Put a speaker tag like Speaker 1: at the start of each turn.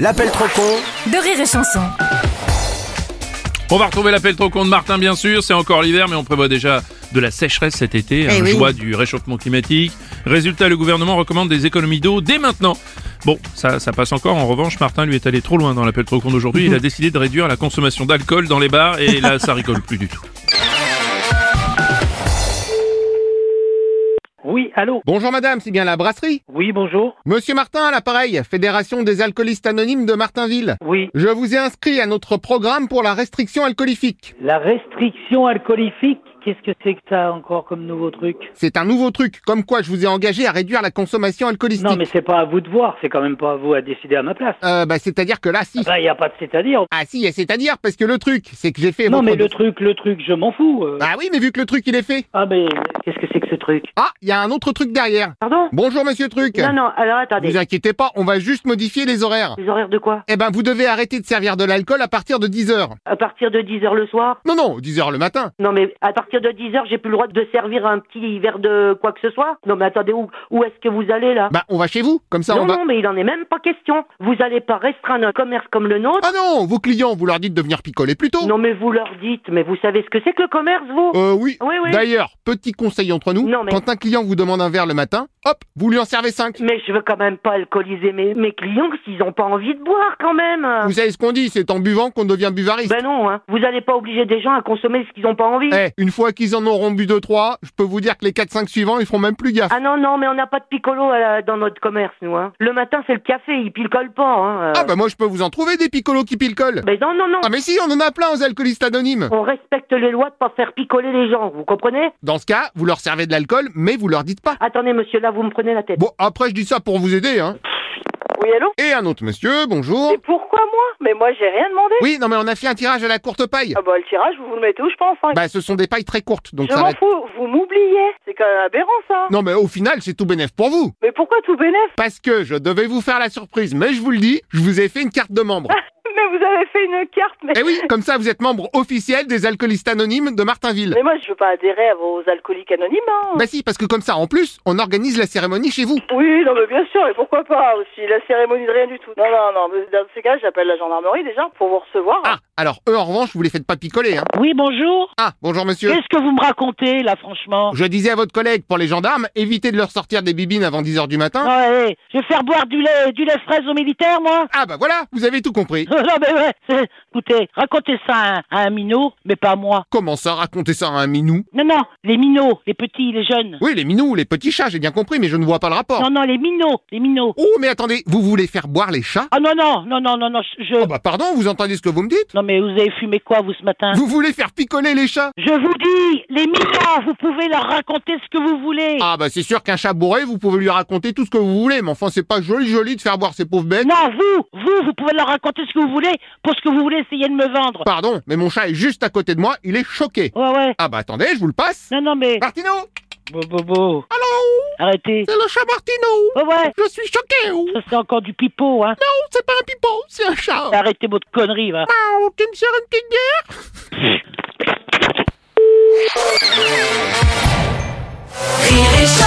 Speaker 1: L'appel trop con
Speaker 2: de rire et chanson.
Speaker 3: On va retrouver l'appel trop con de Martin, bien sûr. C'est encore l'hiver, mais on prévoit déjà de la sécheresse cet été,
Speaker 4: Eh
Speaker 3: un
Speaker 4: oui.
Speaker 3: joie du réchauffement climatique. Résultat, le gouvernement recommande des économies d'eau dès maintenant. Bon, ça, ça passe encore. En revanche, Martin lui est allé trop loin dans l'appel trop con d'aujourd'hui. Il a décidé de réduire la consommation d'alcool dans les bars et là, ça rigole plus du tout.
Speaker 5: Oui, allô
Speaker 6: Bonjour madame, c'est bien la brasserie
Speaker 5: Oui, bonjour.
Speaker 6: Monsieur Martin à l'appareil, Fédération des alcoolistes anonymes de Martinville.
Speaker 5: Oui,
Speaker 6: Je vous ai inscrit à notre programme pour la restriction alcoolifique.
Speaker 5: la restriction alcoolifique, qu'est-ce que c'est que ça encore comme nouveau truc
Speaker 6: C'est un nouveau truc, comme quoi je vous ai engagé à réduire la consommation alcoolistique.
Speaker 5: Non, mais c'est pas à vous de voir, c'est quand même pas à vous à décider à ma place.
Speaker 6: Euh, bah c'est-à-dire que là, si.
Speaker 5: Bah, y a pas de c'est-à-dire.
Speaker 6: Ah si, et c'est-à-dire, parce que le truc, c'est que j'ai fait...
Speaker 5: Non,
Speaker 6: votre-
Speaker 5: mais le truc, le truc, je m'en fous. euh.
Speaker 6: Bah oui, mais vu que le truc, il est fait.
Speaker 5: Ah, mais qu'est-ce que c'est que ce truc
Speaker 6: Ah, il y a un autre truc derrière.
Speaker 7: Pardon
Speaker 6: Bonjour monsieur Truc.
Speaker 7: Non, non, alors attendez.
Speaker 6: Vous inquiétez pas, on va juste modifier les horaires.
Speaker 7: Les horaires de quoi
Speaker 6: Eh ben, vous devez arrêter de servir de l'alcool à partir de 10h.
Speaker 7: À partir de 10h le soir
Speaker 6: Non, non, 10h le matin.
Speaker 7: Non, mais à partir de 10h, j'ai plus le droit de servir un petit verre de quoi que ce soit Non, mais attendez, où, où est-ce que vous allez
Speaker 5: Ah.
Speaker 7: là
Speaker 6: Bah, on va chez vous, comme ça
Speaker 7: Non,
Speaker 6: on va...
Speaker 7: non, mais il en est même pas question. Vous allez pas restreindre un commerce comme le nôtre
Speaker 6: Ah non, vos clients, vous leur dites de venir picoler plus tôt.
Speaker 7: Non, mais vous leur dites, mais vous savez ce que c'est que le commerce, vous
Speaker 6: Euh oui.
Speaker 7: Oui, oui.
Speaker 6: D'ailleurs, petit conseil entre nous,
Speaker 7: Non, mais-
Speaker 6: quand un client vous demande un verre le matin, hop, vous lui en servez cinq.
Speaker 7: Mais je veux quand même pas alcooliser mes, mes clients s'ils ont pas envie de boire quand même.
Speaker 6: Vous savez ce qu'on dit, c'est en buvant qu'on devient buvariste.
Speaker 7: Ben non, hein. Vous allez pas obliger des gens à consommer ce qu'ils ont pas envie.
Speaker 6: Eh, une fois qu'ils en auront bu deux trois, je peux vous dire que les 4-5 suivants, ils feront même plus gaffe.
Speaker 7: Ah non, non, mais on n'a pas de piccolo à la- dans notre commerce, nous. Hein. Le matin, c'est le café, ils picolent pas. Hein, euh.
Speaker 6: Ah bah moi je peux vous en trouver des picolos qui picolent.
Speaker 7: Mais non, non, non.
Speaker 6: Ah mais si, on en a plein aux alcoolistes anonymes.
Speaker 7: On respecte les lois de pas faire picoler les gens, vous comprenez
Speaker 6: Dans ce cas, vous leur servez de l'alcool, mais vous leur dites pas.
Speaker 7: Attendez, monsieur, là, vous me prenez la tête.
Speaker 6: Bon, après je dis ça pour vous aider, hein.
Speaker 8: Oui, allô
Speaker 6: Et un autre monsieur, bonjour.
Speaker 8: Et pourquoi moi Mais moi, j'ai rien demandé.
Speaker 6: Oui, non mais on a fait un tirage à la courte paille.
Speaker 8: Ah bah, le tirage, vous vous le mettez où, je pense. hein.
Speaker 6: Bah ce sont des pailles très courtes, donc
Speaker 8: je
Speaker 6: ça va
Speaker 8: m'en
Speaker 6: être...
Speaker 8: fous, vous m'oubliez. C'est quand même aberrant, ça.
Speaker 6: Non mais au final, c'est tout bénef pour vous.
Speaker 8: Mais pourquoi tout bénef
Speaker 6: Parce que je devais vous faire la surprise, mais je vous le dis, je vous ai fait une carte de membre.
Speaker 8: Mais vous avez fait une carte, mais...
Speaker 6: Eh oui, comme ça vous êtes membre officiel des alcoolistes anonymes de Martinville.
Speaker 8: Mais moi, je veux pas adhérer à vos alcooliques anonymes, hein.
Speaker 6: Bah si, parce que comme ça, en plus, on organise la cérémonie chez
Speaker 7: Oh.
Speaker 6: vous.
Speaker 8: Oui, non, mais bien sûr, et pourquoi pas aussi La cérémonie de rien du tout. Non, non, non, mais dans ces cas, j'appelle la gendarmerie, déjà, pour vous recevoir. hein.
Speaker 6: Ah, alors eux, en revanche, vous les faites pas picoler, hein.
Speaker 5: Oui, bonjour.
Speaker 6: Ah, bonjour monsieur.
Speaker 5: que vous me racontez, là, franchement
Speaker 6: Je disais à votre collègue, pour les gendarmes, évitez de leur sortir des bibines avant 10h du matin.
Speaker 5: eh, je vais faire boire du lait, du lait fraise aux militaires, moi
Speaker 6: Ah bah voilà, vous avez tout compris.
Speaker 5: Non, mais ouais, écoutez, racontez ça à un, minot, mais pas à moi.
Speaker 6: Comment ça, raconter ça à un minou
Speaker 5: Non, non, les minots, les petits, les jeunes.
Speaker 6: Oui, les minous, les petits chats, j'ai bien compris, mais je ne vois pas le rapport.
Speaker 5: non, les minots, les minots.
Speaker 6: Oh, mais attendez, vous voulez faire boire les chats
Speaker 5: Ah non, non, non, non, non, non, je...
Speaker 6: Oh bah pardon, vous entendez ce que vous me dites
Speaker 5: Non mais vous avez fumé quoi vous ce matin
Speaker 6: Vous voulez faire picoler les chats
Speaker 5: Je vous dis, les migrants, vous pouvez leur raconter ce que vous voulez.
Speaker 6: Ah bah c'est sûr qu'un chat bourré, vous pouvez lui raconter tout ce que vous voulez, mais enfin c'est pas joli joli de faire boire ces pauvres bêtes.
Speaker 5: Non, vous, vous, vous pouvez leur raconter ce que vous voulez pour ce que vous voulez essayer de me vendre.
Speaker 6: Pardon, mais mon chat est juste à côté de moi, il est choqué.
Speaker 5: Ouais, ouais.
Speaker 6: Ah bah attendez, je vous le passe.
Speaker 5: Non, non, mais...
Speaker 6: Martino
Speaker 5: Bon, bon, bon.
Speaker 6: Allô
Speaker 5: Arrêtez.
Speaker 6: C'est le chat Martino
Speaker 5: Ouais, ouais.
Speaker 6: Je suis choqué oh.
Speaker 5: Ça, c'est encore du pipeau, hein.
Speaker 6: Non, c'est pas un pipeau, c'est un chat
Speaker 5: Arrêtez votre connerie, va.
Speaker 6: Miaou, Tu me sers une petite bière
Speaker 2: Rire et chanson.